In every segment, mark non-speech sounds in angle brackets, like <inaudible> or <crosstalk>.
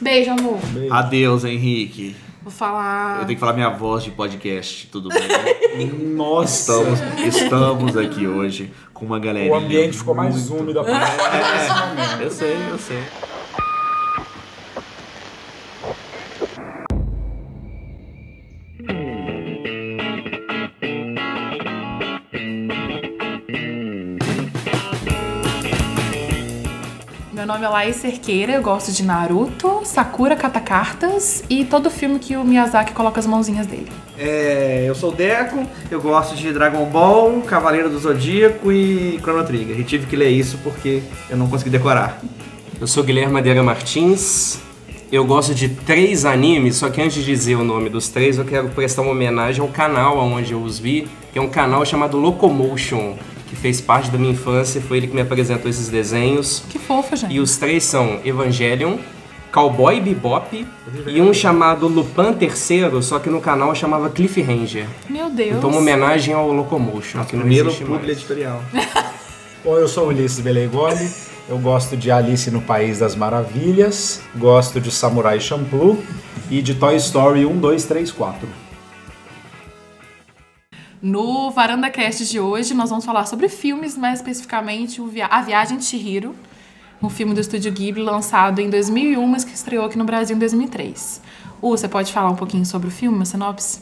Beijo, amor. Adeus, Henrique. Vou falar. Eu tenho que falar minha voz de podcast, tudo bem? <laughs> Nossa! Estamos, estamos aqui hoje com uma galerinha. O ambiente ficou mais muito- úmido a partir Eu sei, eu sei. Meu nome é Laís Cerqueira, eu gosto de Naruto, Sakura Catacartas e todo filme que o Miyazaki coloca as mãozinhas dele. É, eu sou o Deco, eu gosto de Dragon Ball, Cavaleiro do Zodíaco e Chrono Trigger. E tive que ler isso porque eu não consegui decorar. Eu sou Guilherme Madeira Martins. Eu gosto de três animes, só que antes de dizer o nome dos três, eu quero prestar uma homenagem ao canal onde eu os vi, que é um canal chamado Locomotion, que fez parte da minha infância, foi ele que me apresentou esses desenhos. Que fofo, gente. E os três são Evangelion, Cowboy Bebop e um chamado Lupin III, só que no canal chamava Cliffhanger. Meu Deus. Então uma homenagem ao Locomotion, que não Primeiro existe publi mais. editorial. Bom, eu sou Ulisses Beleigoli, eu gosto de Alice no País das Maravilhas, gosto de Samurai Champloo e de Toy Story 1, 2, 3, 4. No Varanda Cast de hoje, nós vamos falar sobre filmes, mais especificamente o Via- A Viagem de Chihiro, um filme do estúdio Ghibli lançado em 2001, mas que estreou aqui no Brasil em 2003. U, você pode falar um pouquinho sobre o filme, uma sinopse?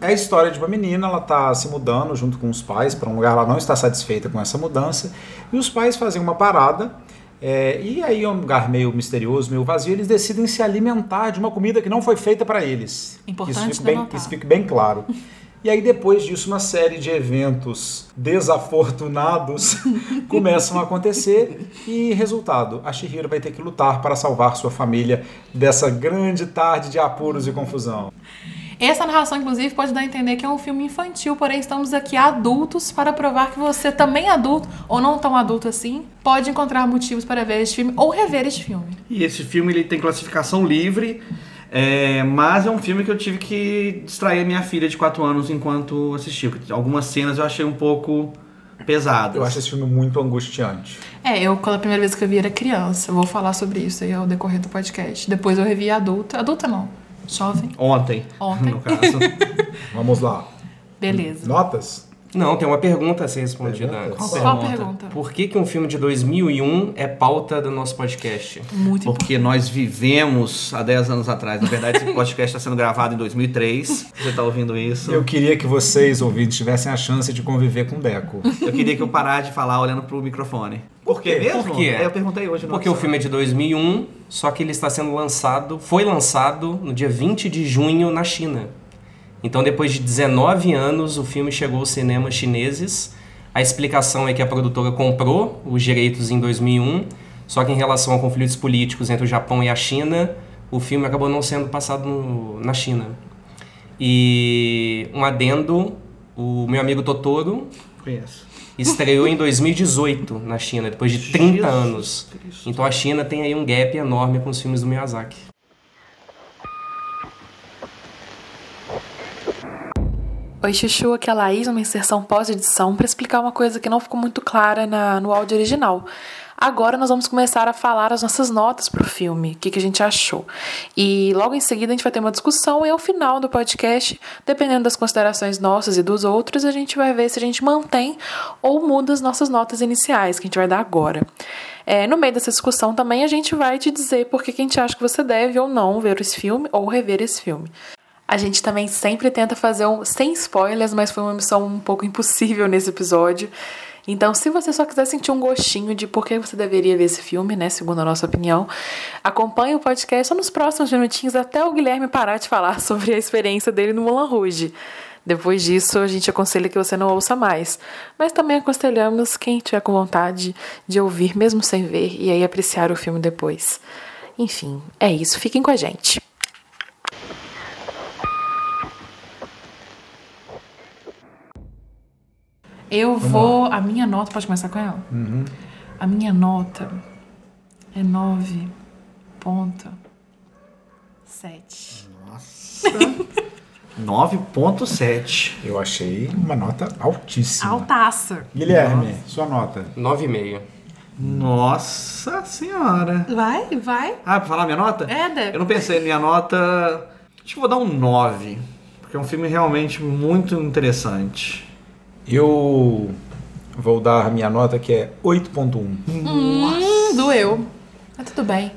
É a história de uma menina, ela tá se mudando junto com os pais para um lugar, ela não está satisfeita com essa mudança, e os pais fazem uma parada, é, e aí é um lugar meio misterioso, meio vazio, eles decidem se alimentar de uma comida que não foi feita para eles. Importante isso fica, não bem, notar. isso fica bem claro. E aí, depois disso, uma série de eventos desafortunados <laughs> começam a acontecer. E resultado: a Shihiro vai ter que lutar para salvar sua família dessa grande tarde de apuros e confusão. Essa narração, inclusive, pode dar a entender que é um filme infantil, porém estamos aqui adultos para provar que você também adulto, ou não tão adulto assim, pode encontrar motivos para ver este filme ou rever este filme. E esse filme ele tem classificação livre, é, mas é um filme que eu tive que distrair a minha filha de 4 anos enquanto assistia. porque Algumas cenas eu achei um pouco pesadas. Eu acho esse filme muito angustiante. É, eu, quando a primeira vez que eu vi era criança, eu vou falar sobre isso aí ao decorrer do podcast. Depois eu revi adulta. Adulta não, jovem. Ontem, Ontem. no <laughs> caso. Vamos lá. Beleza. Notas? Não, tem uma pergunta a ser respondida Pergunta? antes. Qual a pergunta? Por que, que um filme de 2001 é pauta do nosso podcast? Muito importante. Porque nós vivemos há 10 anos atrás. Na verdade, esse podcast tá está sendo gravado em 2003. Você está ouvindo isso? Eu queria que vocês, ouvintes, tivessem a chance de conviver com o Deco. Eu queria que eu parasse de falar olhando pro microfone. Por quê quê? mesmo? Por quê? É, Eu perguntei hoje. no Porque o WhatsApp. filme é de 2001, só que ele está sendo lançado, foi lançado no dia 20 de junho na China. Então, depois de 19 anos, o filme chegou aos cinemas chineses. A explicação é que a produtora comprou os direitos em 2001, só que em relação a conflitos políticos entre o Japão e a China, o filme acabou não sendo passado no- na China. E um adendo, o meu amigo Totoro, Conheço. estreou em 2018 na China, depois de 30 Jesus anos. Cristo. Então a China tem aí um gap enorme com os filmes do Miyazaki. Oi, Chuchu, aqui é a Laís, uma inserção pós-edição, para explicar uma coisa que não ficou muito clara na- no áudio original. Agora nós vamos começar a falar as nossas notas pro filme, o que, que a gente achou. E logo em seguida a gente vai ter uma discussão e ao final do podcast, dependendo das considerações nossas e dos outros, a gente vai ver se a gente mantém ou muda as nossas notas iniciais, que a gente vai dar agora. É, no meio dessa discussão também a gente vai te dizer por que que a gente acha que você deve ou não ver esse filme ou rever esse filme. A gente também sempre tenta fazer um sem spoilers, mas foi uma missão um pouco impossível nesse episódio. Então, se você só quiser sentir um gostinho de por que você deveria ver esse filme, né, segundo a nossa opinião, acompanhe o podcast só nos próximos minutinhos até o Guilherme parar de falar <laughs> sobre a experiência dele no Moulin Rouge. Depois disso, a gente aconselha que você não ouça mais. Mas também aconselhamos quem tiver com vontade de ouvir mesmo sem ver e aí apreciar o filme depois. Enfim, é isso. Fiquem com a gente. Eu vou. A minha nota, pode começar com ela? Uhum. A minha nota é 9.7. Nossa. 9.7. Eu achei uma nota altíssima. Altaça. Guilherme, sua nota. 9,5. Nossa senhora. Vai, vai. Ah, pra falar minha nota? É, deve. Eu não pensei na minha nota. Acho que vou dar um 9. Porque é um filme realmente muito interessante. Eu vou dar minha nota que é 8.1. Hum, doeu. Mas tudo bem.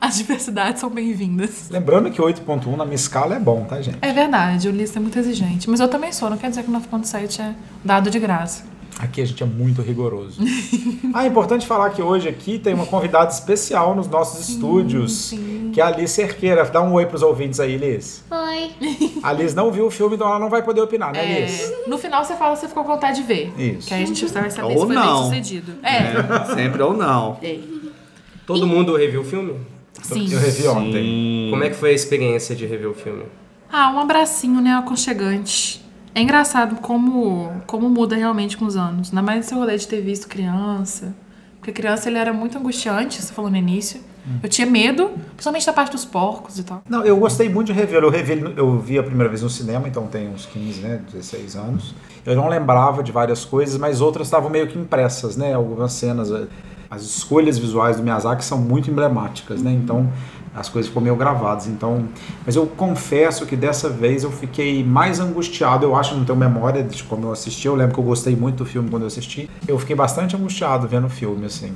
As diversidades são bem-vindas. Lembrando que 8.1 na minha escala é bom, tá, gente? É verdade, o Ulisses é muito exigente. Mas eu também sou, não quer dizer que o 9.7 é dado de graça. Aqui a gente é muito rigoroso. <laughs> ah, é importante falar que hoje aqui tem uma convidada especial nos nossos estúdios, que é a Alice Herqueira. Dá um oi pros ouvintes aí, Liz. Oi. A Liz não viu o filme, então ela não vai poder opinar, né, É, Liz? no final você fala se ficou com vontade de ver. Isso. Que aí a gente vai saber Ou se foi não. bem sucedido. É. Sempre ou não. Todo mundo reviu o filme? Sim. Eu revi ontem. Como é que foi a experiência de rever o filme? Ah, um abracinho, né? Aconchegante. É engraçado como, como muda realmente com os anos. Ainda mais esse rolê de ter visto criança. Porque criança ele era muito angustiante, você falou no início. Hum. Eu tinha medo, principalmente da parte dos porcos e tal. Não, eu gostei muito de rever. Eu revi, ele- eu vi a primeira vez no cinema, então tem uns 15, né, 16 anos. Eu não lembrava de várias coisas, mas outras estavam meio que impressas, né? Algumas cenas, eh, as escolhas visuais do Miyazaki são muito emblemáticas, né? Então as coisas ficam meio gravadas. Então, mas eu confesso que dessa vez eu fiquei mais angustiado. Eu acho, não tenho memória de como eu assisti. Eu lembro que eu gostei muito do filme quando eu assisti. Eu fiquei bastante angustiado vendo o filme, assim.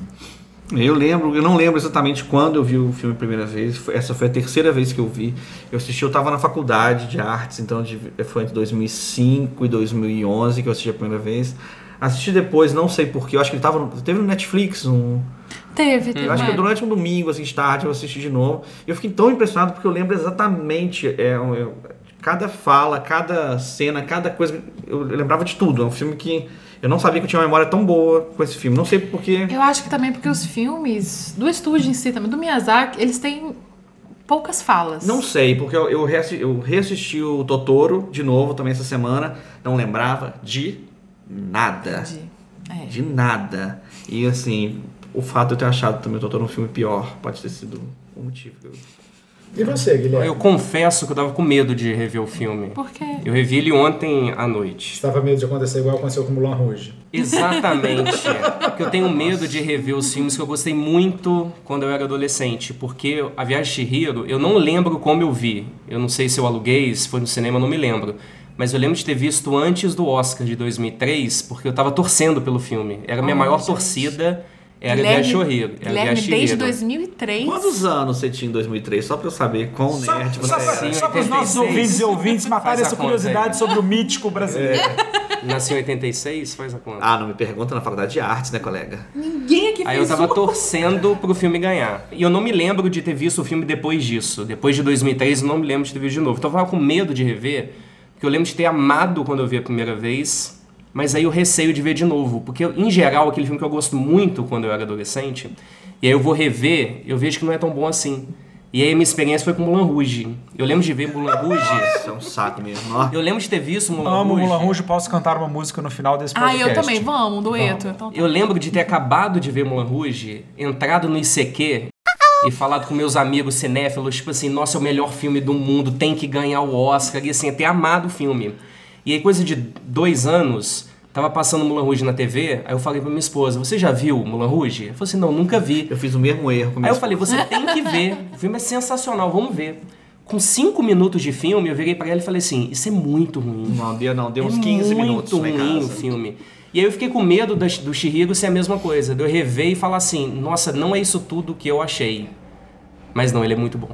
Eu lembro, eu não lembro exatamente quando eu vi o filme a primeira vez. Foi- Essa foi a terceira vez que eu vi. Eu assisti, eu tava na faculdade de artes, então de- foi entre 2005 e 2011 que eu assisti a primeira vez. Assisti depois, não sei porquê, eu acho que ele tava. no- Teve no Netflix um. Teve, teve. Eu acho que uma durante um domingo, assim, de tarde, eu assisti de novo. E eu fiquei tão impressionado porque eu lembro exatamente é, um, eu- cada fala, cada cena, cada coisa. Eu lembrava de tudo. É um filme que eu não sabia que eu tinha uma memória tão boa com esse filme. Não sei porque. Eu acho que também porque os filmes do estúdio em si, também do Miyazaki, eles têm poucas falas. Não sei, porque eu, eu, reassi- eu reassisti o Totoro de novo também essa semana. Não lembrava de nada. Entendi. É. De nada. E assim, o fato de eu ter achado também o Totoro um filme pior pode ter sido o motivo. Eu- E você, Guilherme? Eu confesso que eu tava com medo de rever o filme. Por quê? Eu revi ele ontem à noite. Estava medo de acontecer igual aconteceu com o Mulan Rouge. <laughs> Exatamente. Porque eu tenho medo de rever os filmes que eu gostei muito quando eu era adolescente. Porque A Viagem de Chihiro, eu não lembro como eu vi. Eu não sei se eu aluguei, se foi no cinema, eu não me lembro. Mas eu lembro de ter visto antes do Oscar de 2003, porque eu tava torcendo pelo filme. Era a minha Ai, maior gente. torcida, era Viagem de Chihiro. Era Guilherme, Viagem de desde Chihiro. 2003. Quantos anos você tinha em 2003? Só pra eu saber quão nerd você é. Só, era. pra- só para os nossos 86. ouvintes é e ouvintes matarem Faz a essa conta aí. curiosidade sobre o mítico brasileiro. Nasci em 86, faz a conta. Ah, não me pergunta na faculdade de artes, né, colega? Ninguém é aqui Aí eu tava torcendo pro filme ganhar. E eu não me lembro de ter visto o filme depois disso. Depois de 2003, eu não me lembro de ter visto de novo. Então eu tava com medo de rever, porque eu lembro de ter amado quando eu vi a primeira vez, mas aí eu receio de ver de novo. Porque, em geral, aquele filme que eu gosto muito quando eu era adolescente, e aí eu vou rever, eu vejo que não é tão bom assim. E aí minha experiência foi com Mulan Rouge. Eu lembro de ver Mulan Rouge. Isso é um saco mesmo. ó. Eu lembro de ter visto Mulan Amo Rouge. Mulan Rouge, posso cantar uma música no final desse Ah, podcast. eu também. Vamos, um dueto. Então, tá. Eu lembro de ter acabado de ver Mulan Rouge, entrado no ICQ e falado com meus amigos cinéfilos, tipo assim, nossa, é o melhor filme do mundo, tem que ganhar o Oscar, e assim, ter amado o filme. E aí, coisa de dois anos, tava passando Mulan Rouge na TV, aí eu falei pra minha esposa, você já viu Mulan Rouge? Ela falou assim, não, nunca vi. Eu fiz o mesmo erro com Aí eu minha falei, você tem que ver. O filme é sensacional, vamos ver. Com cinco minutos de filme, eu virei pra ela e falei assim, isso é muito ruim. esposa. Não, deu, não, deu uns É 15 muito minutos lá em ruim o casa. filme. E aí eu fiquei com medo da- do Shihiro ser a mesma coisa. De eu rever e falar assim, nossa, não é isso tudo que eu achei. Mas não, ele é muito bom.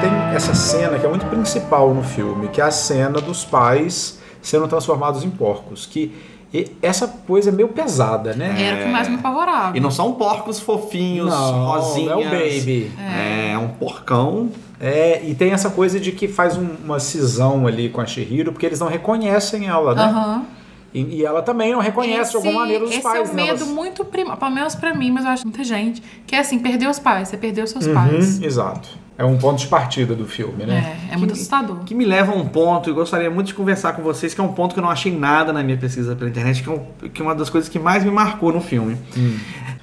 Tem essa cena que é muito principal no filme, que é a cena dos pais sendo transformados em porcos. Que e essa coisa é meio pesada, né? Então, Era o que mais me apavorava. E não são porcos fofinhos, um Não, rosinhas. não é o baby. É, é um porcão. É, e tem essa coisa de que faz um- uma cisão ali com a Shihiro, porque eles não reconhecem ela, né? Aham. E, e ela também não reconhece de alguma maneira os esse pais né? é um medo delas. muito prima, pelo menos pra mim, mas eu acho que muita gente, que é assim, perder os pais, você perdeu seus pais. Uhum, exato. É um ponto de partida do filme, né? É, é muito assustador. Que me leva a um ponto, e gostaria muito de conversar com vocês, que é um ponto que eu não achei nada na minha pesquisa pela internet, que é, um- que é uma das coisas que mais me marcou no filme.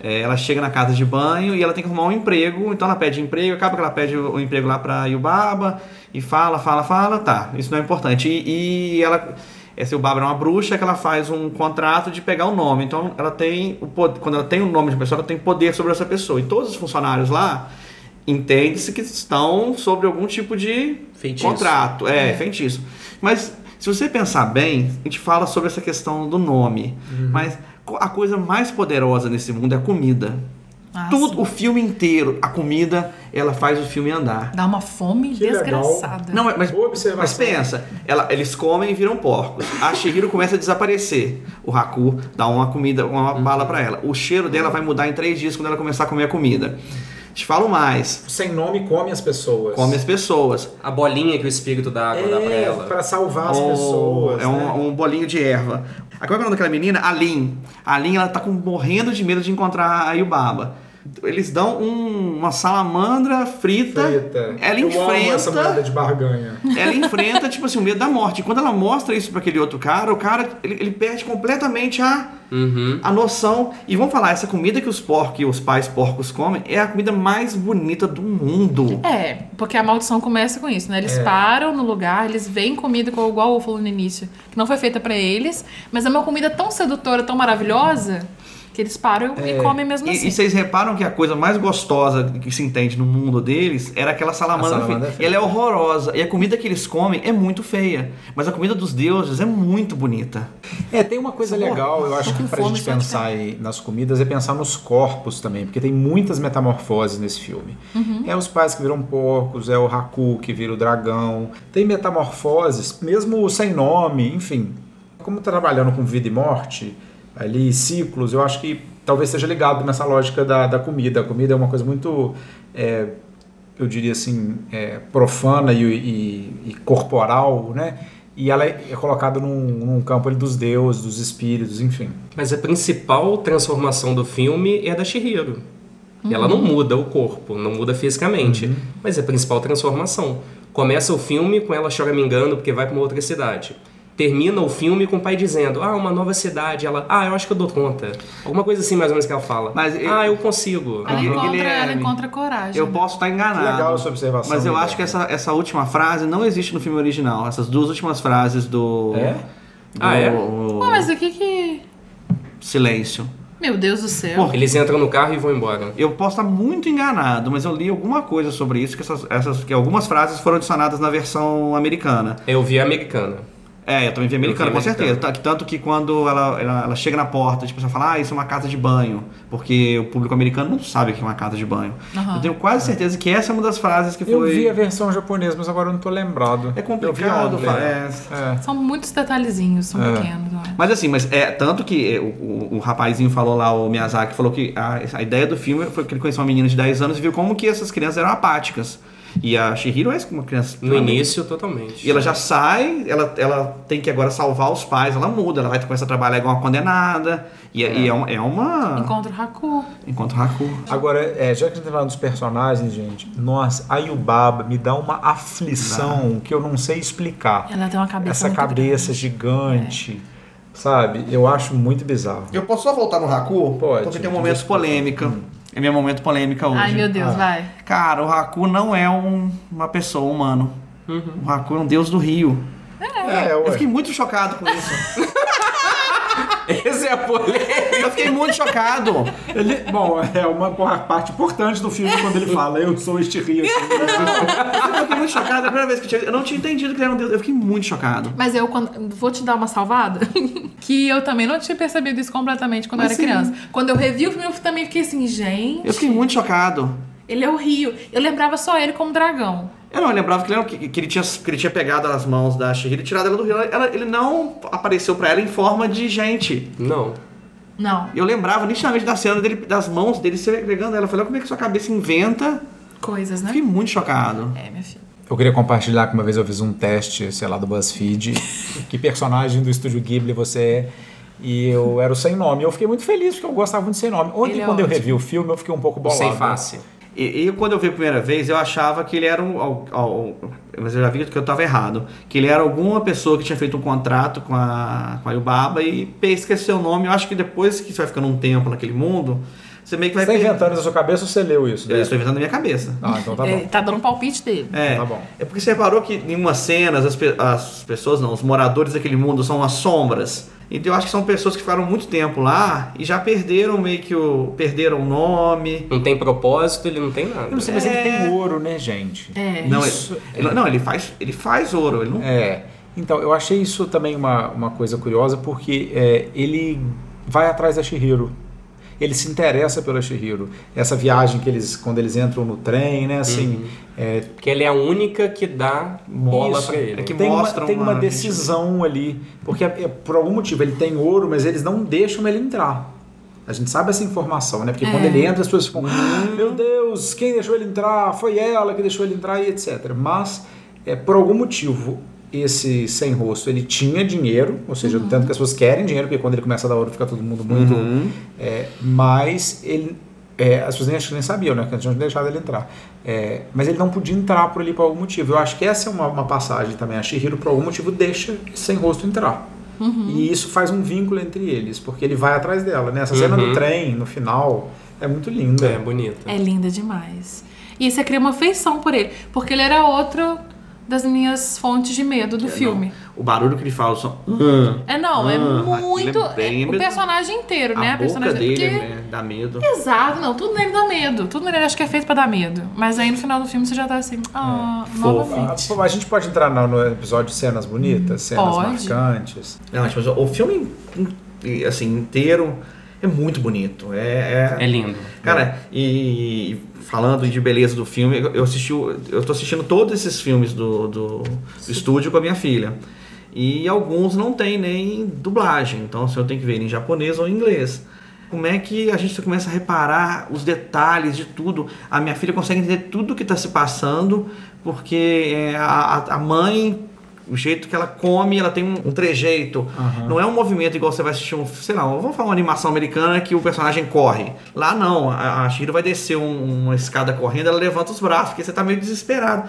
É, ela chega na casa de banho e ela tem que arrumar um emprego, então ela pede emprego, acaba que ela pede o o emprego lá pra Yubaba, e fala, fala, fala, tá, isso não é importante. E, e ela. É se o Bárbara é uma bruxa que ela faz um contrato de pegar o nome. Então ela tem o pod- quando ela tem o nome de uma pessoa, ela tem poder sobre essa pessoa. E todos os funcionários lá entende-se que estão sobre algum tipo de Feitiço. contrato, Uhum. é, feitiço. Mas se você pensar bem, a gente fala sobre essa questão do nome, Uhum. mas co- a coisa mais poderosa nesse mundo é a comida. Ah, Tudo, sim. o filme inteiro, a comida, ela faz o filme andar. Dá uma fome Que legal. desgraçada. Não, mas, Boa observação. mas pensa, ela- eles comem e viram porcos. A Shihiro começa a desaparecer. O Haku dá uma comida, uma Uhum. bala pra ela. O cheiro dela vai mudar em três dias quando ela começar a comer a comida. Te falo mais, Sem nome come as pessoas. come as pessoas. A bolinha que o espírito da água dá pra É, ela. para salvar as Oh, pessoas. É um, né? um bolinho de erva. Ah, Como é que é o nome daquela menina? Alin. Alin, ela tá com, morrendo de medo de encontrar a Yubaba. Eles dão um- uma salamandra frita. Frita. Ela Eu Amo essa moeda enfrenta. de barganha. Ela enfrenta, tipo assim, o medo da morte. E quando ela mostra isso pra aquele outro cara, o cara ele, ele perde completamente a, Uhum. a noção. E vamos falar, essa comida que os porcos e os pais porcos comem é a comida mais bonita do mundo. É, porque a maldição começa com isso, né? Eles É. param no lugar, eles veem comida igual igual o falou no início, que não foi feita pra eles, mas é uma comida tão sedutora, tão maravilhosa, que eles param e comem mesmo É. E, assim. e vocês reparam que a coisa mais gostosa que se entende no mundo deles era aquela salamandra, A salamandra feia. feia. Ela é horrorosa. E a comida que eles comem é muito feia. Mas a comida dos deuses é muito bonita. É, tem uma coisa legal, eu acho que pra fome, gente só de pensar aí nas comidas é pensar nos corpos também, porque tem muitas metamorfoses nesse filme. Uhum. É os pais que viram porcos, é o Haku que vira o dragão. Tem metamorfoses, mesmo sem nome, enfim. Como tá trabalhando com vida e morte, ali, ciclos, eu acho que talvez seja ligado nessa lógica da, da comida. A comida é uma coisa muito. é, eu diria assim, é, profana e, e- e corporal, né? E ela é é colocada num, num campo ali dos deuses, dos espíritos, enfim. Mas a principal transformação do filme é a da Shihiro. Ela não Uhum. muda o corpo, não muda fisicamente, mas é a principal transformação. Começa o filme com ela choramingando porque vai pra uma outra cidade. Termina o filme com o pai dizendo: Ah, uma nova cidade. Ela, ah, eu acho que eu dou conta. Alguma coisa assim, mais ou menos, que ela fala. Mas é eu- Ah, eu consigo. Ela, encontra, ela Uhum. Guilherme, encontra coragem. Eu né? posso estar enganado. Legal essa observação, Ah, né? Mas eu Guilherme. acho que essa, essa última frase não existe no filme original. Essas duas últimas frases do. É? do Ah, é? Ah, mas o que que... Silêncio. Meu Deus do céu. um Eles entram no carro e vão embora. Eu posso estar muito enganado, mas eu li alguma coisa sobre isso, que, essas, essas- que algumas frases foram adicionadas na versão americana. Eu vi a americana. É, eu também vi americana, Eu vi com certeza. americana. Tan- Tanto que quando ela, ela, ela chega na porta, tipo, você fala, ah, isso é uma casa de banho. Porque o público americano não sabe o que é uma casa de banho. Aham. Eu tenho quase certeza que essa é uma das frases que Eu foi. vi a versão japonesa, mas agora eu não tô lembrado. É Eu complicado, vi ontem. fala- é. É. São muitos detalhezinhos, são É. pequenos. eu um acho. Mas assim, mas é tanto que é, o, o, o rapazinho falou lá, o Miyazaki falou que a, a ideia do filme foi que ele conheceu uma menina de 10 anos e viu como que essas crianças eram apáticas. E a Shihiro é uma criança No início, totalmente. E ela <laughs> já sai, ela, ela tem que agora salvar os pais, ela muda, ela vai começar a trabalhar igual uma condenada. E é, e é um- é uma. Encontra o Haku. Enquanto Haku. Agora, é, já que a gente tá falando dos personagens, gente, nossa, a Yubaba me dá uma aflição que eu não sei explicar. Ela tem uma cabeça Essa é muito cabeça gigante, sabe? Eu acho muito bizarro. Eu posso só voltar no Haku? Pode. Porque tem um momento polêmica. É meu momento polêmica hoje. Ah. grande. Ai, meu Ah. Deus, vai. Cara, o Haku não é um- uma pessoa humana. Uhum. O Haku é um deus do rio. É, Eu ué. fiquei muito chocado com isso. Essa é a polêmica. Eu fiquei muito chocado. Ele, bom, é uma porra- parte importante do filme quando ele fala eu sou este rio. assim. Eu fiquei muito chocado. É a primeira vez que eu, tinha, eu não tinha entendido que ele era um deus. Eu fiquei muito chocado. Mas eu quando- vou te dar uma salvada, <laughs> que eu também não tinha percebido isso completamente quando eu era criança. Quando eu revi o filme, eu também fiquei assim, gente, Eu fiquei muito chocado. ele é o Rio. Eu lembrava só ele como dragão. Eu não, eu lembrava que ele, era- um que- que ele tinha, que ele tinha pegado as mãos da Shihiro e tirado ela do rio. Ela- ela- ele não apareceu pra ela em forma de gente. Não. Não, Eu lembrava nitidamente da cena dele, das mãos dele se pegando ela. Eu falei, "Olha como é que sua cabeça inventa? coisas, né? Fiquei muito chocado. É, minha filha. Eu queria compartilhar que uma vez eu fiz um teste, sei lá, do BuzzFeed, que personagem do estúdio Ghibli você é. E eu era o sem nome. Eu fiquei muito feliz porque eu gostava muito de sem nome. Ontem, Ele é quando eu ótimo. revi o filme, eu fiquei um pouco bolado. Sem face. E, e quando eu vi a primeira vez, eu achava que ele era um. al- al- mas eu já vi que eu tava errado. Que ele era alguma pessoa que tinha feito um contrato com a, com a Yubaba e pe- esqueceu o nome. Eu acho que depois que você vai ficando um tempo naquele mundo, você Você meio que Você vai tá perder. inventando na sua cabeça ou você leu isso? Eu Débora? estou inventando na minha cabeça. Ah, então tá É, bom. tá dando o palpite dele. É, Tá bom. é porque você reparou que em umas cenas as, pe- as pessoas, não, os moradores daquele mundo são as sombras. Então eu acho que são pessoas que ficaram muito tempo lá e já perderam meio que o. perderam o nome. Não tem propósito, ele não tem Eu nada. não sei, mas ele tem ouro, né, gente? É. Não, Isso. ele, ele- não, ele faz, ele faz ouro, ele não É. Então, eu achei isso também uma, uma coisa curiosa, porque é, ele vai atrás da Shihiro. Ele se interessa pela Shihiro. Essa viagem que eles, quando eles entram no trem, né, assim... é, Porque ela é a única que dá bola isso. pra ele. É que tem uma, mostra tem uma uma- decisão ali, porque é, é, por algum motivo ele tem ouro, mas eles não deixam ele entrar. A gente sabe essa informação, né? Porque quando ele entra, as pessoas ficam, "Ah, Uhum. meu Deus, quem deixou ele entrar? Foi ela que deixou ele entrar e etc. Mas, é, por algum motivo, esse sem rosto, ele tinha dinheiro, ou seja, tanto que as pessoas querem dinheiro, porque quando ele começa a dar ouro fica todo mundo muito... Uhum. é, mas ele... é, as pessoas nem, acho que nem sabiam, né? Que não tinham deixado ele entrar. É, mas ele não podia entrar por ali por algum motivo. Eu acho que essa é uma, uma passagem também. A Shihiro, por algum motivo, deixa esse sem rosto entrar. E isso faz um vínculo entre eles, porque ele vai atrás dela, né? Essa cena do Uhum. trem, no final, é muito linda. É bonito. É linda demais. E você cria uma afeição por ele, porque ele era outra das minhas fontes de medo do filme. O barulho que ele fala, o som. "Hum", É não, é É, Ah, muito. ele é bem- é o personagem inteiro, né? a boca personagem dele, porque- né? Dá medo. Exato, não, tudo nele dá medo. Tudo nele acho que é feito pra dar medo. Mas aí no final do filme você já tá assim, ah, Ah, novamente. pô, A gente pode entrar no no episódio de cenas bonitas, cenas Pode. marcantes. Não, tipo, o filme in- assim, inteiro é muito bonito. É, é- É lindo. Cara, e, e falando de beleza do filme, eu- eu assisti, o- eu tô assistindo todos esses filmes do, do, do estúdio com a minha filha. E alguns não tem nem dublagem, então assim, eu tenho que ver ele em japonês ou em inglês. Como é que a gente começa a reparar os detalhes de tudo? A minha filha consegue entender tudo que está se passando, porque é, a, a- a mãe, o jeito que ela come, ela tem um, um trejeito. Não é um movimento igual você vai assistir um, sei lá, vamos falar uma animação americana que o personagem corre. Lá não, a, a Shiro vai descer um- uma escada correndo, ela levanta os braços, porque você tá meio desesperado.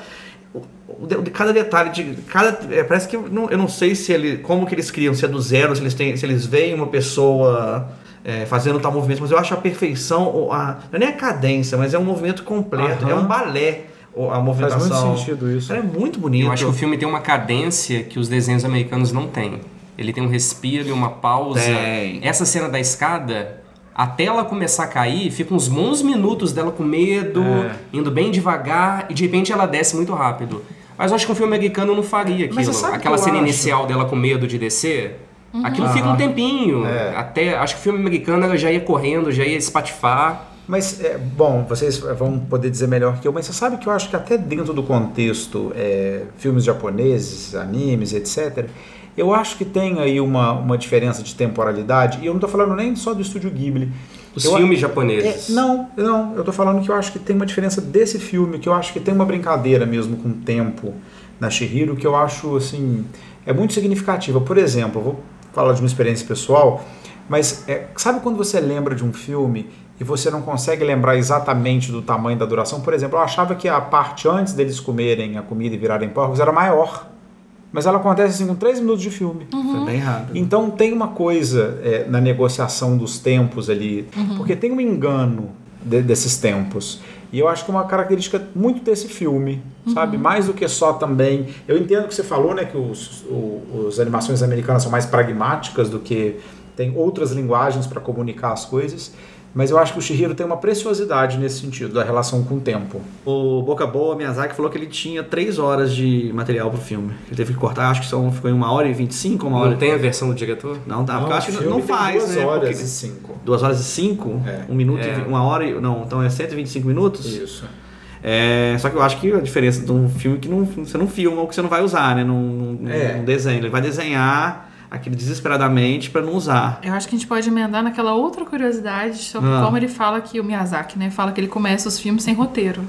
O- o de- o de cada detalhe de cada é, parece que eu não, eu não sei se ele como que eles criam se é do zero se eles têm se eles veem uma pessoa é, fazendo tal movimento mas eu acho a perfeição ou a não é nem a cadência mas é um movimento completo Aham. é um balé ou a Faz movimentação muito sentido isso. Cara, é muito bonito Eu acho que o filme tem uma cadência que os desenhos americanos não têm. Ele tem um respiro, uma pausa. Tem. Essa cena da escada, até ela começar a cair, fica uns bons minutos dela com medo, É. indo bem devagar, e de repente ela desce muito rápido. Mas eu acho que um filme americano não faria Mas você aquilo. sabe que Aquela eu cena acho? inicial dela com medo de descer, aquilo Uhum. fica um tempinho. É. Até, acho que o filme americano ela já ia correndo, já ia espatifar. Mas, é, bom, vocês vão poder dizer melhor que eu, mas você sabe que eu acho que até dentro do contexto é, filmes japoneses, animes, etc., eu acho que tem aí uma, uma diferença de temporalidade, e eu não tô falando nem só do estúdio Ghibli. Os Eu- filmes é, japoneses. não, não, eu tô falando que eu acho que tem uma diferença desse filme, que eu acho que tem uma brincadeira mesmo com o tempo na Shihiro, que eu acho, assim, é muito significativa. Por exemplo, eu vou falar de uma experiência pessoal, mas é, sabe quando você lembra de um filme e você não consegue lembrar exatamente do tamanho da duração? Por exemplo, eu achava que a parte antes deles comerem a comida e virarem porcos era maior, mas ela acontece, assim, com três minutos de filme. foi bem rápido Então tem uma coisa é, na negociação dos tempos ali, porque tem um engano de- desses tempos. E eu acho que é uma característica muito desse filme, sabe? Mais do que só também. Eu entendo que você falou, né, que os, o- os animações americanas são mais pragmáticas do que tem outras linguagens para comunicar as coisas. Mas eu acho que o Shihiro tem uma preciosidade nesse sentido, da relação com o tempo. O Boca Boa, Miyazaki, falou que ele tinha 3 horas de material pro filme. Ele teve que cortar, acho que são, ficou em 1 hora e 25, uma hora. Não tem a versão do diretor? Não, tá, porque eu acho que o filme não tem faz, duas né? horas porque- e cinco. Duas horas e 5? É. Um minuto É. e vi- uma hora e. Não, então é 125 minutos? Isso. É, só que eu acho que a diferença de um filme é que não, você não filma ou que você não vai usar, né? Não, não, É. não desenha. Ele vai desenhar aquilo desesperadamente pra não usar. Eu acho que a gente pode emendar naquela outra curiosidade sobre Ah. como ele fala que o Miyazaki, né? Fala que ele começa os filmes sem roteiro.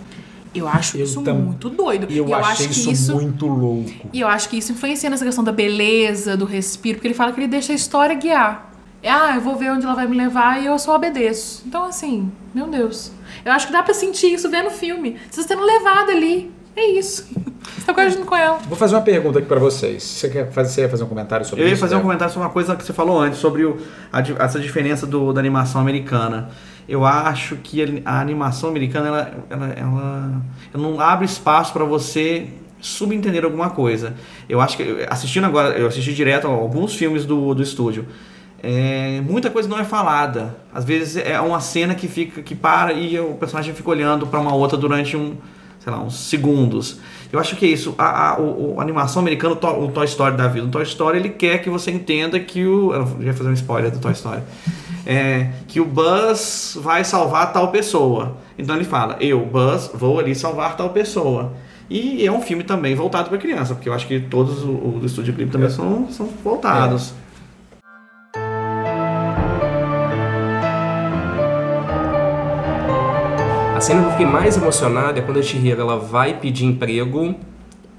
Eu acho Eu isso tam- muito doido. E eu, achei acho que isso, muito louco. E eu acho que isso influencia nessa questão da beleza, do respiro, porque ele fala que ele deixa a história guiar. É, ah, eu vou ver onde ela vai me levar e eu só obedeço. Então, assim, meu tá Deus. Eu acho que dá pra sentir isso vendo o filme. Vocês sendo levado ali. É isso. Você tá coagindo com ela. Vou fazer uma pergunta aqui pra vocês. Você quer fazer, você ia fazer um comentário sobre Eu ia isso, fazer um Débora? comentário sobre uma coisa que você falou antes, sobre o- a di- essa diferença do- da animação americana. Eu acho que a, a animação americana ela, ela, ela- ela não abre espaço para você subentender alguma coisa. Eu acho que, assistindo agora, eu assisti direto a alguns filmes do, do estúdio. É, muita coisa não é falada. Às vezes é uma cena que fica que para e o personagem fica olhando para uma outra durante um, sei lá, uns segundos. Eu acho que é isso. A, a, o, o- a animação americana, o To- o Toy Story da vida, o Toy Story, ele quer que você entenda que o. Eu já ia fazer um spoiler do Toy Story. É, que o Buzz vai salvar tal pessoa. Então ele fala: Eu, Buzz, vou ali salvar tal pessoa. E é um filme também voltado para criança, porque eu acho que todos o- os do Estúdio Ghibli também são, são voltados. A cena que eu fiquei mais emocionado é quando a Chihiro ela vai pedir emprego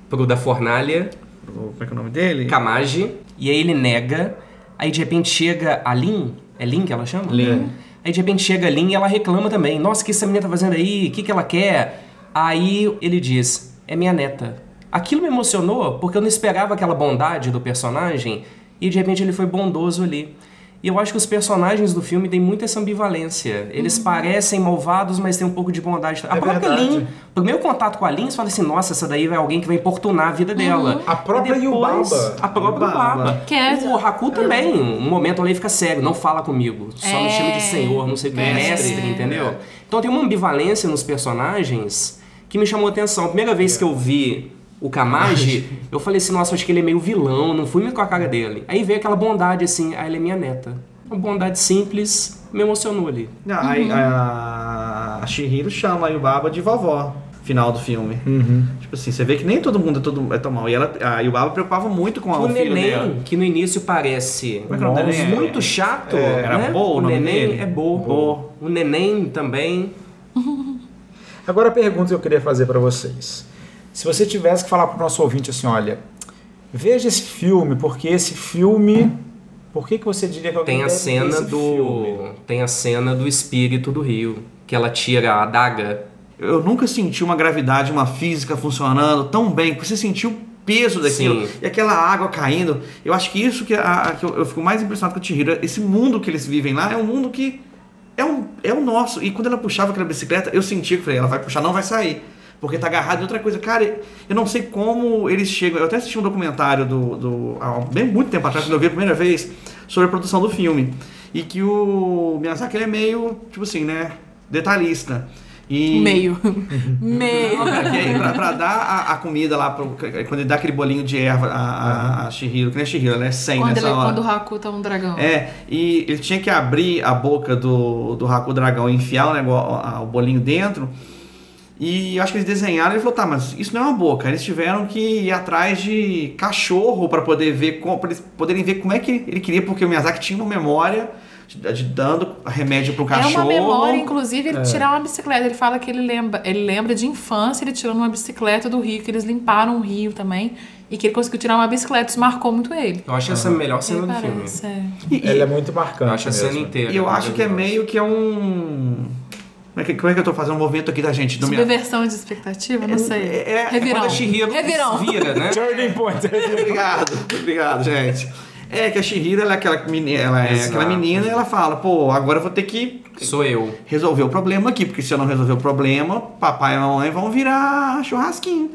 pro da fornalha, O- Como é que é o nome dele? Kamage, e aí ele nega. Aí de repente chega a Lin, é Lin que ela chama? Lin. Aí de repente chega a Lin e ela reclama também. Nossa, o que essa menina tá fazendo aí? O que, que ela quer? Aí ele diz, é minha neta. Aquilo me emocionou porque eu não esperava aquela bondade do personagem e de repente ele foi bondoso ali. E eu acho que os personagens do filme têm muita essa ambivalência. Eles parecem malvados, mas têm um pouco de bondade. A Uhum. É própria verdade. Lin, primeiro contato com a Lin, você fala assim, nossa, essa daí vai alguém que vai importunar a vida dela. A própria E depois, Yubaba. A própria Yubaba. Yubaba. Que é- O Haku também. Um momento ali fica sério, não fala comigo. Só me É. chama de senhor, não sei o que, Mestre. É. mestre, entendeu? Então tem uma ambivalência nos personagens que me chamou a atenção. A primeira vez que eu vi o Kamaji, eu falei assim, nossa, acho que ele é meio vilão, não fui muito com a cara dele. Aí veio aquela bondade assim, ah, ele é minha neta. Uma bondade simples, me emocionou ali. Não, aí, Uhum. a, a Shihiro chama a Yubaba de vovó. Final do filme. Tipo assim, você vê que nem todo mundo é, todo, é tão mal. E ela, a Yubaba preocupava muito com a, O o filho dela. neném, que no início parece Como é que é o nome dele? muito chato. É, era né? Bo o o nome neném dele? é Bo. Bo. O neném também. Agora a pergunta que eu queria fazer pra vocês. Se você tivesse que falar pro nosso ouvinte assim, olha, veja esse filme, porque esse filme... Por que, que você diria que alguém Tem a deve ver cena esse do. filme? Tem a cena do espírito do rio. Que ela tira a adaga. Eu nunca senti uma gravidade, uma física funcionando tão bem. porque Você sentiu o peso daquilo Sim. e aquela água caindo. Eu acho que isso que, a- a- que eu, eu fico mais impressionado com o Chihiro. Esse mundo que eles vivem lá é um mundo que é, um, é o nosso. E quando ela puxava aquela bicicleta, eu sentia que falei, ela vai puxar, não vai sair. Porque tá agarrado em outra coisa. Cara, eu não sei como eles chegam. Eu até assisti um documentário do, do há um bem muito tempo atrás, quando eu vi a primeira vez, sobre a produção do filme. E que o Miyazaki ele é meio, tipo assim, né? Detalhista. E, <laughs> Meio. Meio. não, cara, que aí pra, pra dar a, a comida lá, pro, quando ele dá aquele bolinho de erva, a, a, a Shihiro, que nem a Shihiro, ela é 100 Quando, nessa ele- hora. quando o Haku tá um dragão. É, e ele tinha que abrir a boca do, do Haku Dragão e enfiar o, negócio, a- o bolinho dentro. E eu acho que eles desenharam e ele falou: tá, mas isso não é uma boca. Eles tiveram que ir atrás de cachorro pra poder ver, como- pra eles poderem ver como é que ele queria, porque o Miyazaki tinha uma memória de, de dando remédio pro É cachorro. uma memória, inclusive, ele tirar uma bicicleta. Ele fala que ele lembra, ele lembra de infância, ele tirando uma bicicleta do rio, que eles limparam o rio também, e que ele conseguiu tirar uma bicicleta, isso marcou muito ele. Eu acho essa a melhor Ele cena do filme. parece, é. E- e- Ela é muito Eu marcante acho a mesmo. cena inteira. E eu acho que é meio que é um. Como é que, como é que eu tô fazendo um movimento aqui da gente? Do minha... Subversão de expectativa, não sei. é- é Revirão. Quando a Shihiro Revirão. <laughs> vira, né? Turning point. obrigado, obrigado, gente. É que a Shihira, ela é aquela menina, ela é Exato. aquela menina e ela fala, pô, agora eu vou ter que Sou eu. resolver o problema aqui, porque se eu não resolver o problema, papai e mamãe vão virar churrasquinho.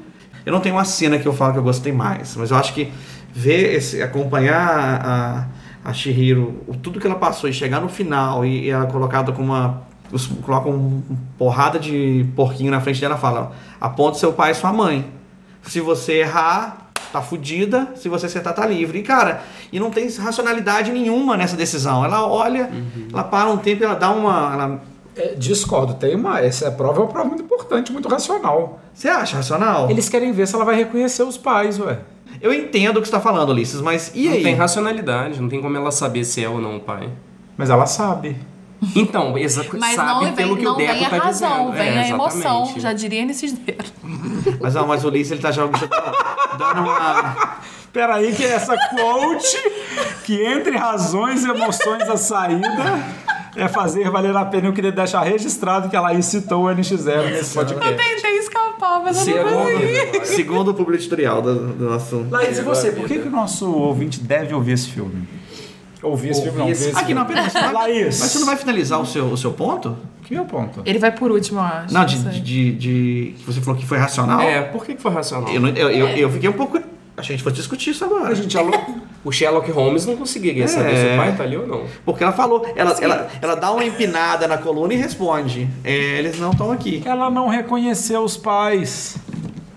Eu não tenho uma cena que eu falo que eu gostei mais, mas eu acho que ver, esse, acompanhar a, a Shihiro, o- tudo que ela passou e chegar no final e, e ela colocada com uma. Os, colocam um- um porrada de porquinho na frente dela e fala: aponta seu pai e sua mãe. Se você errar, tá fudida. Se você acertar, tá livre. E, cara, e não tem racionalidade nenhuma nessa decisão. Ela olha, ela para um tempo, ela dá uma. ela- É, discordo, tem uma. Essa prova é uma prova muito importante, muito racional. Você acha racional? Eles querem ver se ela vai reconhecer os pais, ué. Eu entendo o que você tá falando, Ulisses, mas e Não aí? tem racionalidade, não tem como ela saber se é ou não o pai. Mas ela sabe. Então, exa- Mas sabe não, pelo vem, que o não Deco vem a tá razão, dizendo. vem É, a emoção. exatamente. Já diria nesses dedos. Mas não, mas o Ulisses ele tá já, já tá dando uma. Pera aí que essa quote que entre razões e emoções a saída é fazer valer a pena. Eu queria deixar registrado que a Laís citou o NX0 nesse podcast. Tentei escapar. novas, eu não consegui. Segundo, segundo o público editorial da- do, nosso. Laís, e você? Por que, que o nosso ouvinte deve ouvir esse filme? Ouvir esse filme, não. Ouvir Ouvir esse- esse Aqui, não, filme. peraí. você vai- Laís. Mas você não vai finalizar o seu, o seu ponto? Que meu ponto. Ele vai por último, eu acho. Não, de, sei. de, de- que Você falou que foi racional? É, por que que foi racional? Eu, não- eu, eu, eu fiquei um pouco. Achei que a gente fosse discutir isso agora. A gente já... O Sherlock Holmes não conseguiria saber se É. o pai tá ali ou não. Porque ela falou, ela, ela, ela dá uma empinada na coluna e responde. É, eles não estão aqui. Ela não reconheceu os pais.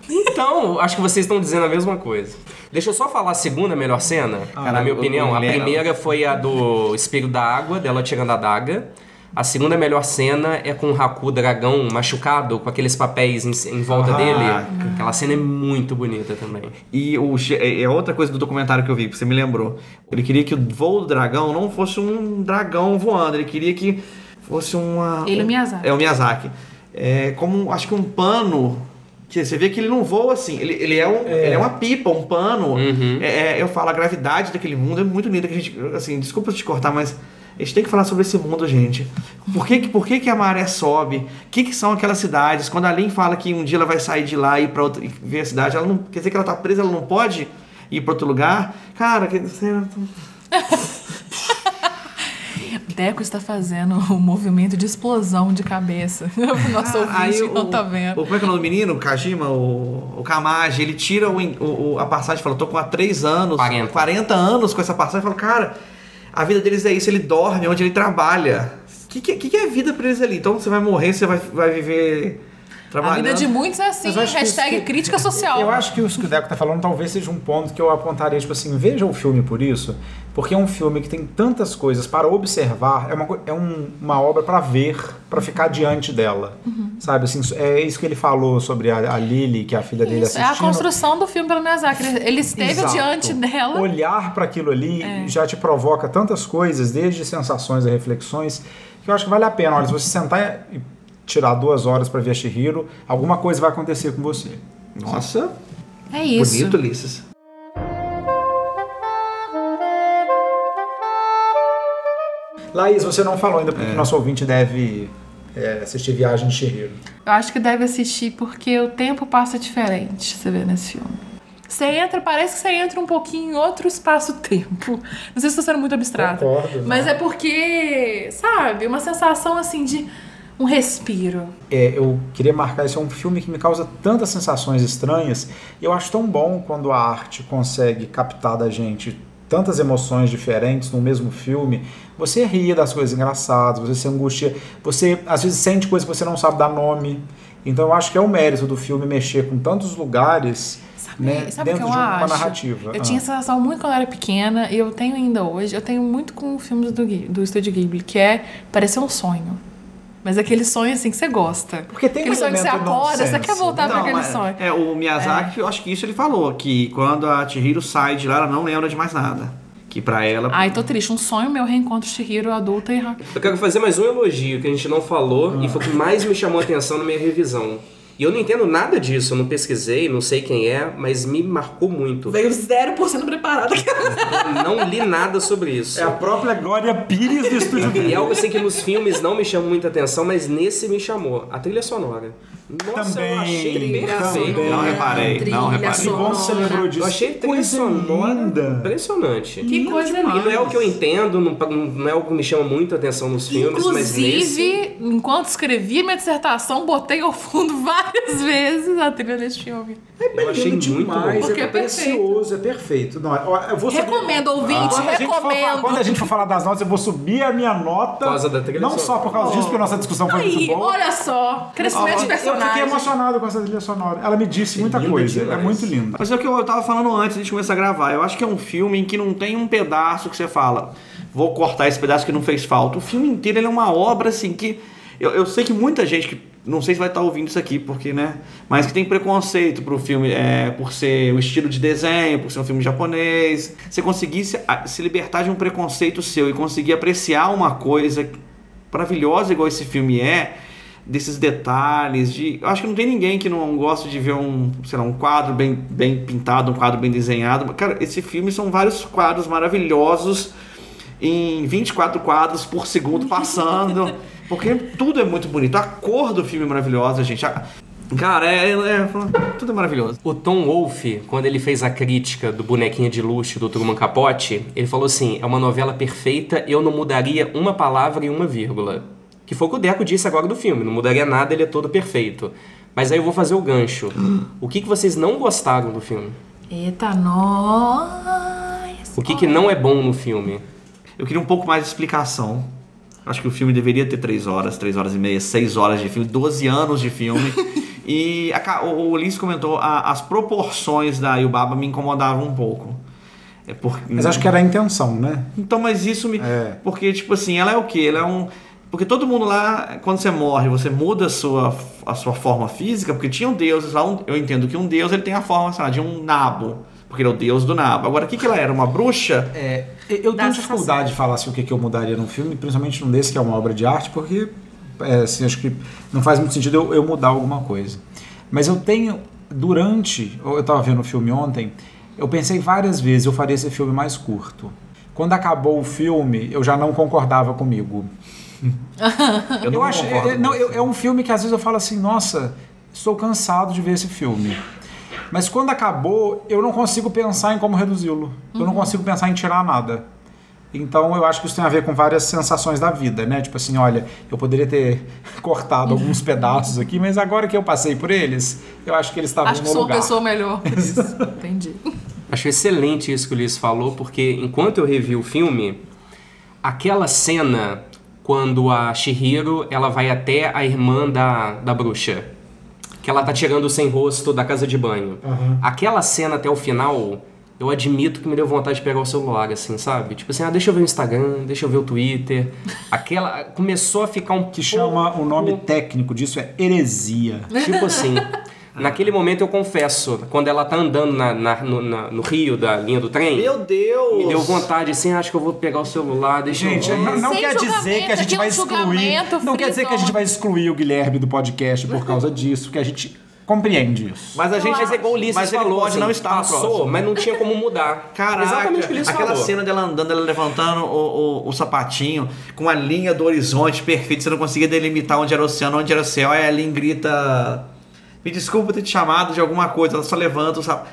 Então, acho que vocês estão dizendo a mesma coisa. Deixa eu só falar a segunda melhor cena, na minha eu- opinião. eu A lembro. primeira foi a do espelho da água, dela tirando a daga. A segunda melhor cena é com o Haku dragão machucado, com aqueles papéis em, em volta Ah, dele. Aquela cena é muito bonita também. E o, che- é é outra coisa do documentário que eu vi, que você me lembrou. Ele queria que o voo do dragão não fosse um dragão voando, ele queria que fosse uma. Ele e o Miyazaki. É, o Miyazaki. É como, um- acho que um pano. Que você vê que ele não voa assim, ele, ele, é, um, ele é uma pipa, um pano. É, é, eu falo, a gravidade daquele mundo é muito linda. Que a gente, assim, desculpa te cortar, mas a gente tem que falar sobre esse mundo, gente. Por que, que, por que, que a maré sobe? O que, que são aquelas cidades? Quando a Lin fala que um dia ela vai sair de lá e ir pra outra, e ver a cidade, ela não, quer dizer que ela tá presa, ela não pode ir pra outro lugar? Cara, que, Deco está fazendo <laughs> um movimento de explosão de cabeça. <laughs> O nosso ouvinte não tá vendo. Ah, O, como é que é o nome do menino? O Kajima, o, o Kamaji, ele tira o, in- o- o- a passagem e fala, tô com há 3 anos, 40. 40 anos com essa passagem. Eu falo, cara, a vida deles é isso, ele dorme onde ele trabalha. O que, que, que é vida pra eles ali? Então você vai morrer, você vai, vai viver A trabalhando. vida de muitos é assim, Mas eu acho que hashtag isso- crítica social. Eu acho que isso que o Deco tá falando talvez seja um ponto que eu apontaria, tipo assim, veja o filme por isso, porque é um filme que tem tantas coisas para observar, é uma, co- é um- uma obra para ver, para ficar diante dela. Uhum. Sabe, assim, é isso que ele falou sobre a, a Lily, que é a filha dele Isso, é a assistindo. construção do filme pelo Miyazaki. Ele, ele esteve Exato. diante dela. É. Olhar para aquilo ali já te provoca tantas coisas, desde sensações a reflexões, que eu acho que vale a pena. Olha, se você sentar e tirar duas horas para ver a Shihiro, alguma coisa vai acontecer com você. Nossa, É isso. bonito, Ulisses. Laís, você não falou ainda porque que nosso ouvinte deve é, assistir Viagem de Chihiro. Eu acho que deve assistir porque o tempo passa diferente, você vê nesse filme. Você entra, parece que você entra um pouquinho em outro espaço-tempo. Não sei se estou sendo muito abstrata. Concordo, né? Mas é porque, sabe, uma sensação assim de um respiro. É, eu queria marcar, esse é um filme que me causa tantas sensações estranhas. E eu acho tão bom quando a arte consegue captar da gente tantas emoções diferentes no mesmo filme. Você ri das coisas engraçadas, você se angustia, você às vezes sente coisas que você não sabe dar nome. Então eu acho que é o mérito do filme mexer com tantos lugares Sabe, né, É, sabe o que dentro eu de uma acho? narrativa. Eu Ah. tinha essa sensação muito quando eu era pequena e eu tenho ainda hoje. Eu tenho muito com filmes do, Ghi- do Estúdio Ghibli, que é parecer um sonho. Mas aquele sonho assim que você gosta. Porque tem um aquele sonho que você elemento acorda, você quer nonsense. voltar para Não, aquele mas- sonho. É, o Miyazaki, eu acho que isso ele falou, que quando a Chihiro sai de lá, ela não lembra de mais nada. Que pra ela. Ai, tô triste. Um sonho meu reencontro Shihiro adulta e Haku. Eu quero fazer mais um elogio que a gente não falou Ah. e foi o que mais me chamou a atenção na minha revisão. E eu não entendo nada disso, eu não pesquisei, não sei quem é, mas me marcou muito. Veio 0% preparado. Não li nada sobre isso. É a própria Glória <laughs> Pires do estúdio dele. E algo assim que nos filmes não me chamou muita atenção, mas nesse me chamou. A trilha sonora. Nossa, eu Também, achei perfeito. também. Não reparei, não reparei. Que bom que você lembrou disso. Eu achei Que trilha sonora impressionante. Que coisa E não é linda. o que eu entendo, não, não é algo que me chama muito a atenção nos filmes, mas nesse... Inclusive, enquanto escrevi minha dissertação, botei ao fundo <laughs> várias vezes a trilha desse filme. Eu achei Lindo muito bom. demais, Porque é, é perfeito. precioso, é perfeito. Não, ó, eu vou subir- Recomendo, ouvinte, Quando a gente for fa- recomendo. quando a gente for falar das notas, eu vou subir a minha nota. Por causa da trilha não sonora. só por causa disso, porque nossa discussão foi Aí, Tá muito boa. olha só. Crescimento de Eu personagem. fiquei emocionado com essa trilha sonora. Ela me disse muita linda coisa. demais. É muito linda. Mas é o que eu tava falando antes de começar a gravar. Eu acho que é um filme em que não tem um pedaço que você fala, vou cortar esse pedaço que não fez falta. O filme inteiro ele é uma obra assim que. Eu, eu sei que muita gente que. Não sei se vai estar ouvindo isso aqui, porque, né? Mas que tem preconceito pro filme é, por ser o estilo de desenho, por ser um filme japonês. Você conseguir se, a- se libertar de um preconceito seu e conseguir apreciar uma coisa maravilhosa igual esse filme é, desses detalhes, de. Eu acho que não tem ninguém que não gosta de ver um, sei lá, um quadro bem, bem pintado, um quadro bem desenhado. Cara, esse filme são vários quadros maravilhosos em 24 quadros por segundo passando. Porque tudo é muito bonito. A cor do filme é maravilhosa, gente. A- Cara, é, é- tudo é maravilhoso. O Tom Wolfe, quando ele fez a crítica do Bonequinho de Luxo do Truman Capote, ele falou assim: é uma novela perfeita, eu não mudaria uma palavra e uma vírgula. Que foi o que o Deco disse agora do filme: não mudaria nada, ele é todo perfeito. Mas aí eu vou fazer o gancho. O que, que vocês não gostaram do filme? Eita, nós. O que, que não é bom no filme? Eu queria um pouco mais de explicação. Acho que o filme deveria ter 3 horas, 3 horas e meia, 6 horas de filme, 12 anos de filme. e a ca- o o Lins comentou, a- as proporções da Yubaba me incomodavam um pouco. É porque, Mas acho que era a intenção, né? Então, mas isso me. É. Porque, tipo assim, ela é o quê? Ela é um. Porque todo mundo lá, quando você morre, você muda a sua, a sua forma física, porque tinham deuses lá. um- eu entendo que um deus ele tem a forma, sei lá, de um nabo. Porque ele é o deus do nabo. Agora, o que, que ela era? Uma bruxa? É, eu Dá tenho essa dificuldade de falar assim, o que, que eu mudaria num filme, principalmente num desse que é uma obra de arte, porque é, assim, acho que não faz muito sentido eu, eu mudar alguma coisa. Mas eu tenho, durante, eu estava vendo o filme ontem, eu pensei várias vezes, eu faria esse filme mais curto. Quando acabou o filme, eu já não concordava comigo. Eu não acho, concordo é, é- com não, isso. eu- é um filme que às vezes eu falo assim, nossa, estou cansado de ver esse filme. Mas quando acabou, eu não consigo pensar em como reduzi-lo. Eu Uhum. não consigo pensar em tirar nada. Então eu acho que isso tem a ver com várias sensações da vida, né? Tipo assim, olha, eu poderia ter <laughs> cortado <laughs> alguns pedaços aqui, mas agora que eu passei por eles, eu acho que eles estavam Acho no que meu sou lugar. uma pessoa melhor por isso. Entendi. Acho excelente isso que o Luiz falou, porque enquanto eu revi o filme, aquela cena quando a Shihiro ela vai até a irmã da, da bruxa, que ela tá tirando o sem rosto da casa de banho. Aquela cena até o final, eu admito que me deu vontade de pegar o celular, assim, sabe? Tipo assim, ah, deixa eu ver o Instagram, deixa eu ver o Twitter. Aquela começou a ficar um Que chama, o nome técnico disso é heresia. Tipo assim. Naquele momento eu confesso, quando ela tá andando na- na- no, na- no rio da linha do trem. Meu Deus! Me deu vontade, assim, acho que eu vou pegar o celular, deixa Gente, é eu... não, não Sem quer dizer julgamento, que a gente aqui é vai um excluir. julgamento, Não quer dizer que a gente frisão. vai excluir o Guilherme do podcast por causa disso, porque a gente compreende isso. Mas a gente Mas é igual o Ulisses mas ele falou, pode assim, não estar passou, próximo. mas não tinha como mudar. <laughs> Caraca, Exatamente o que o Ulisses aquela falou. cena dela andando, ela levantando o, o- o sapatinho com a linha do horizonte perfeita, você não conseguia delimitar onde era o oceano, onde era o céu. Aí a Lin grita: Me desculpa ter te chamado de alguma coisa, ela só levanta o sapato.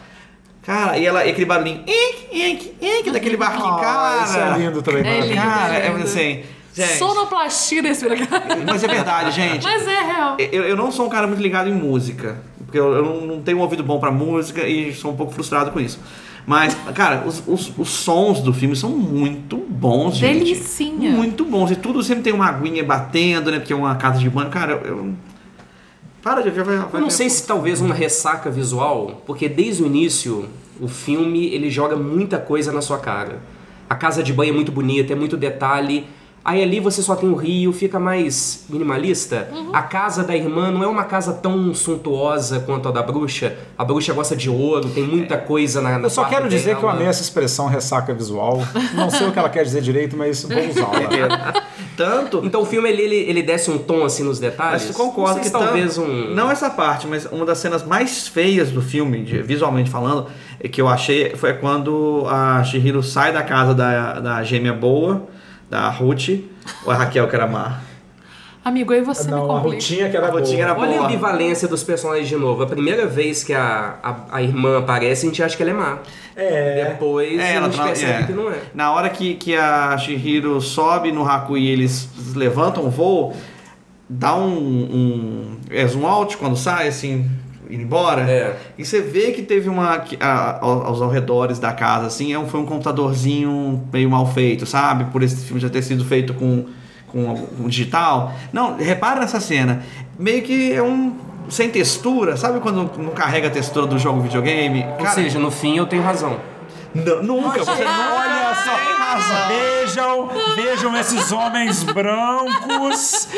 Cara, e ela e aquele barulhinho, ink, ink, ink, daquele barquinho, Ah, cara. isso é lindo também, É maravilhoso. lindo. Cara, é lindo. assim. Gente, Sonoplastia nesse programa. mas é verdade, gente. Mas é real. Eu, eu não sou um cara muito ligado em música, porque eu, eu não- não tenho um ouvido bom pra música e sou um pouco frustrado com isso. Mas, cara, os, os- os sons do filme são muito bons, gente. Delicinha. Muito bons. E tudo sempre tem uma aguinha batendo, né? Porque é uma casa de banho. Cara, eu. eu- Para de ver, vai. Eu vai não ver. sei se talvez uma ressaca visual, porque desde o início o filme ele joga muita coisa na sua cara. A casa de banho é muito bonita, é muito detalhe. Aí ali você só tem o rio, fica mais minimalista. A casa da irmã não é uma casa tão suntuosa quanto a da bruxa. A bruxa gosta de ouro, tem É. muita coisa na, na Eu só quarto quero dizer dela. que eu né? amei essa expressão ressaca visual. Não sei o que ela quer dizer direito, mas <laughs> vou usá-la. Tanto. Então o filme ele, ele, ele desce um tom assim nos detalhes. Mas tu concorda Não sei que se talvez tan- um. Não é essa parte, mas uma das cenas mais feias do filme, de- visualmente falando, é que eu achei foi quando a Shihiro sai da casa da, da gêmea boa, da Ruth, ou a Raquel que era má. Amigo, aí você me Não, a complica. rotinha que era A boa. rotinha era Olha a boa. ambivalência dos personagens de novo. A primeira vez que a, a, a irmã aparece, a gente acha que ela é má. É. Depois É, a ela gente tra- percebe é. que não é. Na hora que, que a Shihiro sobe no Haku e eles levantam o voo, dá um, um é zoom out quando sai, assim, indo embora. É. E você vê que teve uma. que a- ao- aos arredores da casa, assim, é um, foi um computadorzinho meio mal feito, sabe? Por esse filme já ter sido feito com, com, com digital. Não, repara nessa cena. Meio que é um. sem textura, sabe quando não carrega a textura do jogo videogame? Ou seja, no fim eu tenho razão. não- nunca, você Olha só, tem razão. vejam, vejam esses homens brancos,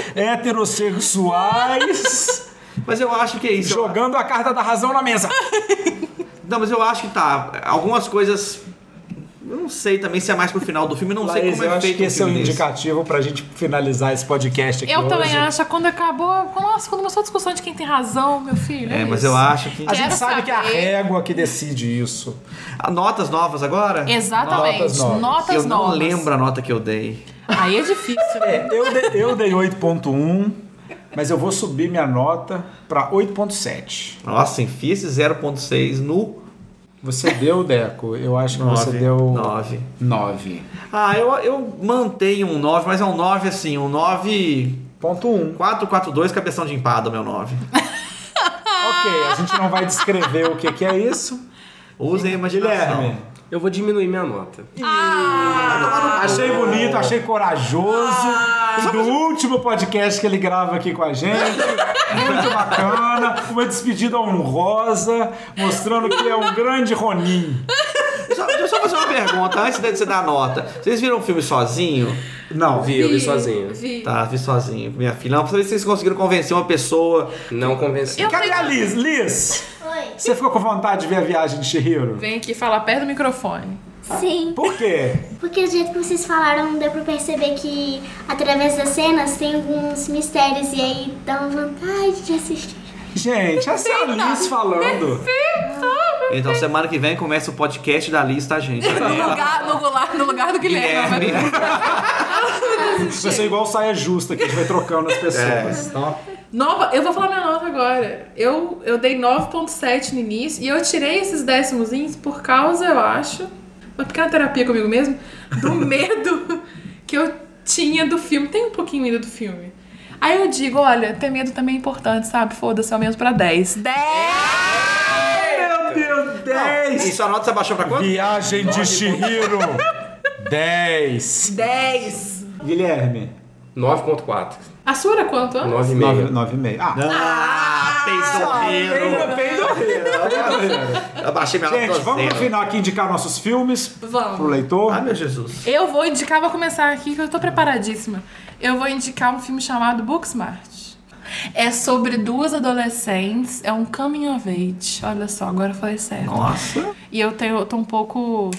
heterossexuais, Mas eu acho que é isso. Eu- jogando a carta da razão na mesa. Não, mas eu acho que tá. Algumas coisas. Eu não sei também se é mais pro final do filme. eu Não sei Laís, como é eu acho feito que um esse é o filme desse. indicativo pra gente finalizar esse podcast aqui Eu hoje. também acho, quando acabou, nossa, quando começou a discussão de quem tem razão, meu filho. É, mas isso. eu acho que. A gente Quero sabe que é a saber. régua que decide isso. Ah, Notas novas agora? Exatamente. Notas novas. Eu não novas. lembro a nota que eu dei. Aí é difícil. É, eu, dei- eu dei 8.1. Mas eu vou subir minha nota pra 8.7. Nossa, enfia esse 0.6 no. Você deu, Deco? Eu acho que você Nove. deu Nove. 9. Ah, eu, eu mantenho um 9, mas é um 9 assim, um 9. Ponto 1. 442, cabeção de empada, meu 9. Ok, a gente não vai descrever o que, que é isso. Usem a imaginação. Guilherme. Eu vou diminuir minha nota. Achei bonito, achei corajoso. do último podcast que ele grava aqui com a gente. Muito bacana. Uma despedida honrosa, mostrando que é um grande Ronin. Só, deixa eu só fazer uma pergunta antes de você dar a nota. Vocês viram o filme sozinho? Não. Vi, eu vi sozinho. Vi. Tá, vi sozinho, minha filha. Não, pra ver se vocês conseguiram convencer uma pessoa. Não convenci. Cadê a Liz? Liz, Oi. você ficou com vontade de ver a viagem de Shihiro? Vem aqui falar perto do microfone. Sim, Por quê? porque do jeito que vocês falaram, deu pra perceber que através das cenas tem alguns mistérios e aí dá uma vontade de assistir. Gente, essa é a Liz falando. Então, semana que vem começa o podcast da lista, gente. No lugar, no lugar, no lugar do Guilherme. É. Guilherme. Você é igual saia justa que a gente vai trocando as É. pessoas. Então, Nova, eu vou falar minha nota agora. Eu, eu dei 9.7 no início e eu tirei esses décimozinhos por causa, eu acho, uma pequena terapia comigo mesmo, do medo que eu tinha do filme. Tem um pouquinho ainda do filme. Aí eu digo, olha, ter medo também é importante, sabe? Foda-se, ao menos pra 10. 10! Meu Deus, 10! E sua é nota você abaixou pra quanto? Viagem de Shihiro 10. 10! Guilherme, 9.4. A sua era quanto? Ana? 9 9,5. 9,5. Ah, Ah, peidorreiro. Abaixei minha nota gente, vamos zero. no final aqui indicar nossos filmes pro Vamos. leitor. Ai, Ah, meu Jesus. Eu vou indicar, vou começar aqui que eu tô preparadíssima. Eu vou indicar um filme chamado Booksmart. É sobre duas adolescentes, é um coming of age. Olha só, agora eu falei certo. Nossa. E eu, tenho, eu tô um pouco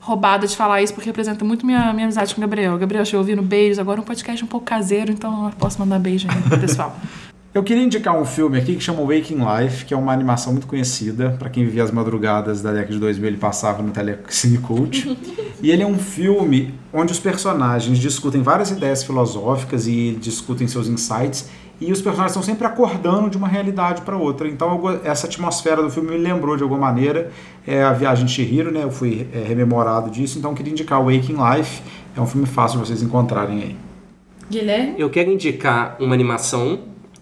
roubada de falar isso porque representa muito minha, minha amizade com o Gabriel. Gabriel, chegou ouvindo beijos, agora é um podcast um pouco caseiro, então eu posso mandar beijo aí, <laughs> pessoal. Eu queria indicar um filme aqui que chama Waking Life, que é uma animação muito conhecida. Pra quem vivia as madrugadas da década de 2000, ele passava no Telecine Cult. e ele é um filme onde os personagens discutem várias ideias filosóficas e discutem seus insights. E os personagens estão sempre acordando de uma realidade pra outra. Então, eu go- essa atmosfera do filme me lembrou de alguma maneira é, a viagem de Shihiro, né? Eu fui é, rememorado disso. Então, eu queria indicar Waking Life. É um filme fácil de vocês encontrarem aí. Guilherme? Eu quero indicar uma animação,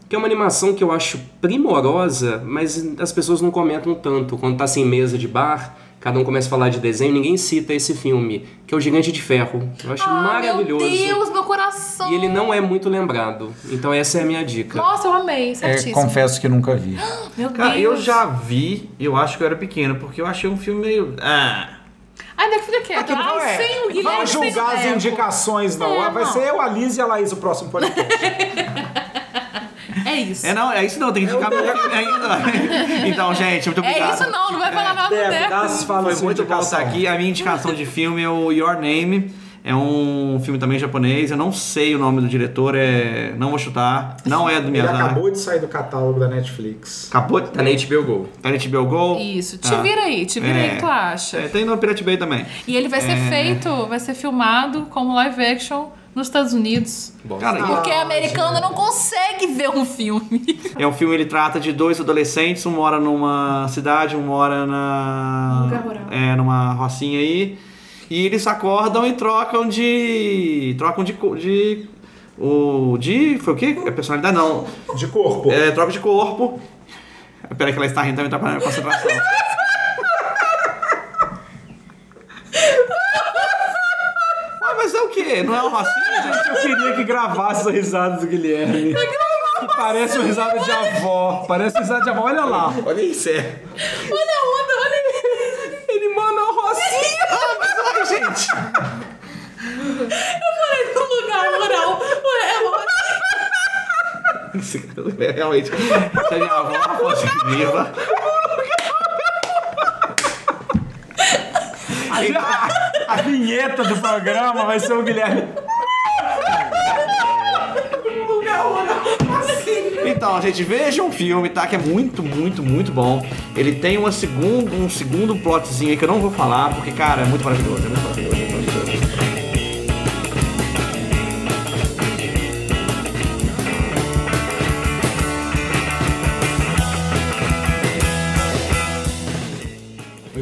que é uma animação que eu acho primorosa, mas as pessoas não comentam tanto. Quando tá sem mesa de bar, cada um começa a falar de desenho, ninguém cita esse filme, que é o Gigante de Ferro. Eu acho maravilhoso. Ah, Meu Deus, meu coração! E ele não é muito lembrado. Então essa é a minha dica. Nossa, eu amei, certíssimo. É, confesso que nunca vi. Meu Deus. Cara, eu já vi, eu acho que eu era pequeno, porque eu achei um filme meio. Ah. Ai, daqui fica quieto. Aqui não Ai, é. sem o Guilherme. Vamos sem o julgar as Deco. indicações, não. É, Vai não. ser eu, a Liz e a Laís o próximo podcast. É isso. É não, é isso não, tem que indicar meu filme ainda. <laughs> Então, gente, muito É obrigado. isso não, não vai falar nada do Deco, Deco. dá as falas Foi sua muito bom indicação. estar aqui. A minha indicação de filme é o Your Name. É um filme também japonês. Eu não sei o nome do diretor, é. Não vou chutar. Não é do Ele Miyazaki. acabou de sair do catálogo da Netflix. Acabou de. Tá na HBO Go. Tá na HBO Go. Isso, te Tá. vira aí, te vira aí É. que tu acha. É, tem no Pirate Bay também. E ele vai ser feito, vai ser filmado como live action nos Estados Unidos. Bom, Cara, Porque americano não consegue ver um filme. é um filme, ele trata de dois adolescentes, um mora numa cidade, um mora na. Num lugar rural. É, numa rocinha aí. E eles acordam e trocam de. Trocam de. co- de o de. Foi o quê? É personalidade? Não. De corpo. É, troca de corpo. Peraí que ela está rindo, tá me atrapalhando a concentração. <laughs> Ah, mas é o quê? Não é um racismo, gente? Eu queria que gravasse a risada do Guilherme. Que Parece uma risada de avó. Parece uma risada de avó. Olha lá. Olha isso, é. Olha a onda, olha ele. Ele manda um o <laughs> rocinho Ah, mas olha, gente. no lugar rural. Ué, é lógico. <laughs> Esse cara é realmente... Se a minha avó fosse viva... A vinheta do programa vai ser o Guilherme. Então, gente, veja um filme, tá? Que é muito, muito, muito bom. Ele tem uma segundo, um segundo plotzinho aí que eu não vou falar, porque, cara, é muito maravilhoso. É muito maravilhoso, é muito maravilhoso.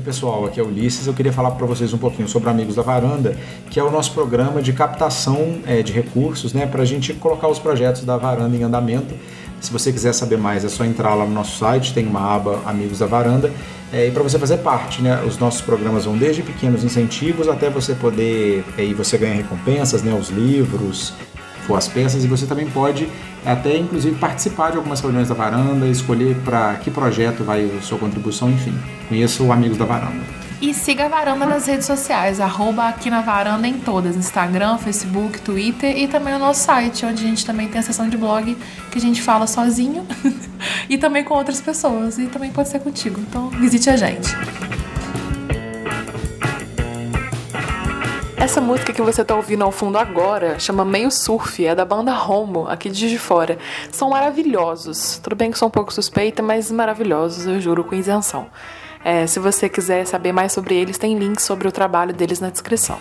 pessoal, aqui é Ulisses. Eu queria falar para vocês um pouquinho sobre Amigos da Varanda, que é o nosso programa de captação é, de recursos, né, para a gente colocar os projetos da Varanda em andamento. Se você quiser saber mais, é só entrar lá no nosso site, tem uma aba Amigos da Varanda, é, e para você fazer parte, né? Os nossos programas vão desde pequenos incentivos até você poder, aí você ganha recompensas, né? Os livros, for as peças, e você também pode até inclusive participar de algumas reuniões da varanda, escolher para que projeto vai a sua contribuição, enfim. Conheça o Amigos da Varanda. E siga a varanda nas redes sociais, arroba aqui na varanda em todas, Instagram, Facebook, Twitter e também o nosso site, onde a gente também tem a seção de blog que a gente fala sozinho <laughs> e também com outras pessoas e também pode ser contigo. Então visite a gente. Essa música que você tá ouvindo ao fundo agora chama Meio Surf, é da banda Romo, aqui de Juiz de Fora. São maravilhosos. Tudo bem que sou um pouco suspeita, mas maravilhosos, eu juro, com isenção. É, se você quiser saber mais sobre eles, tem links sobre o trabalho deles na descrição.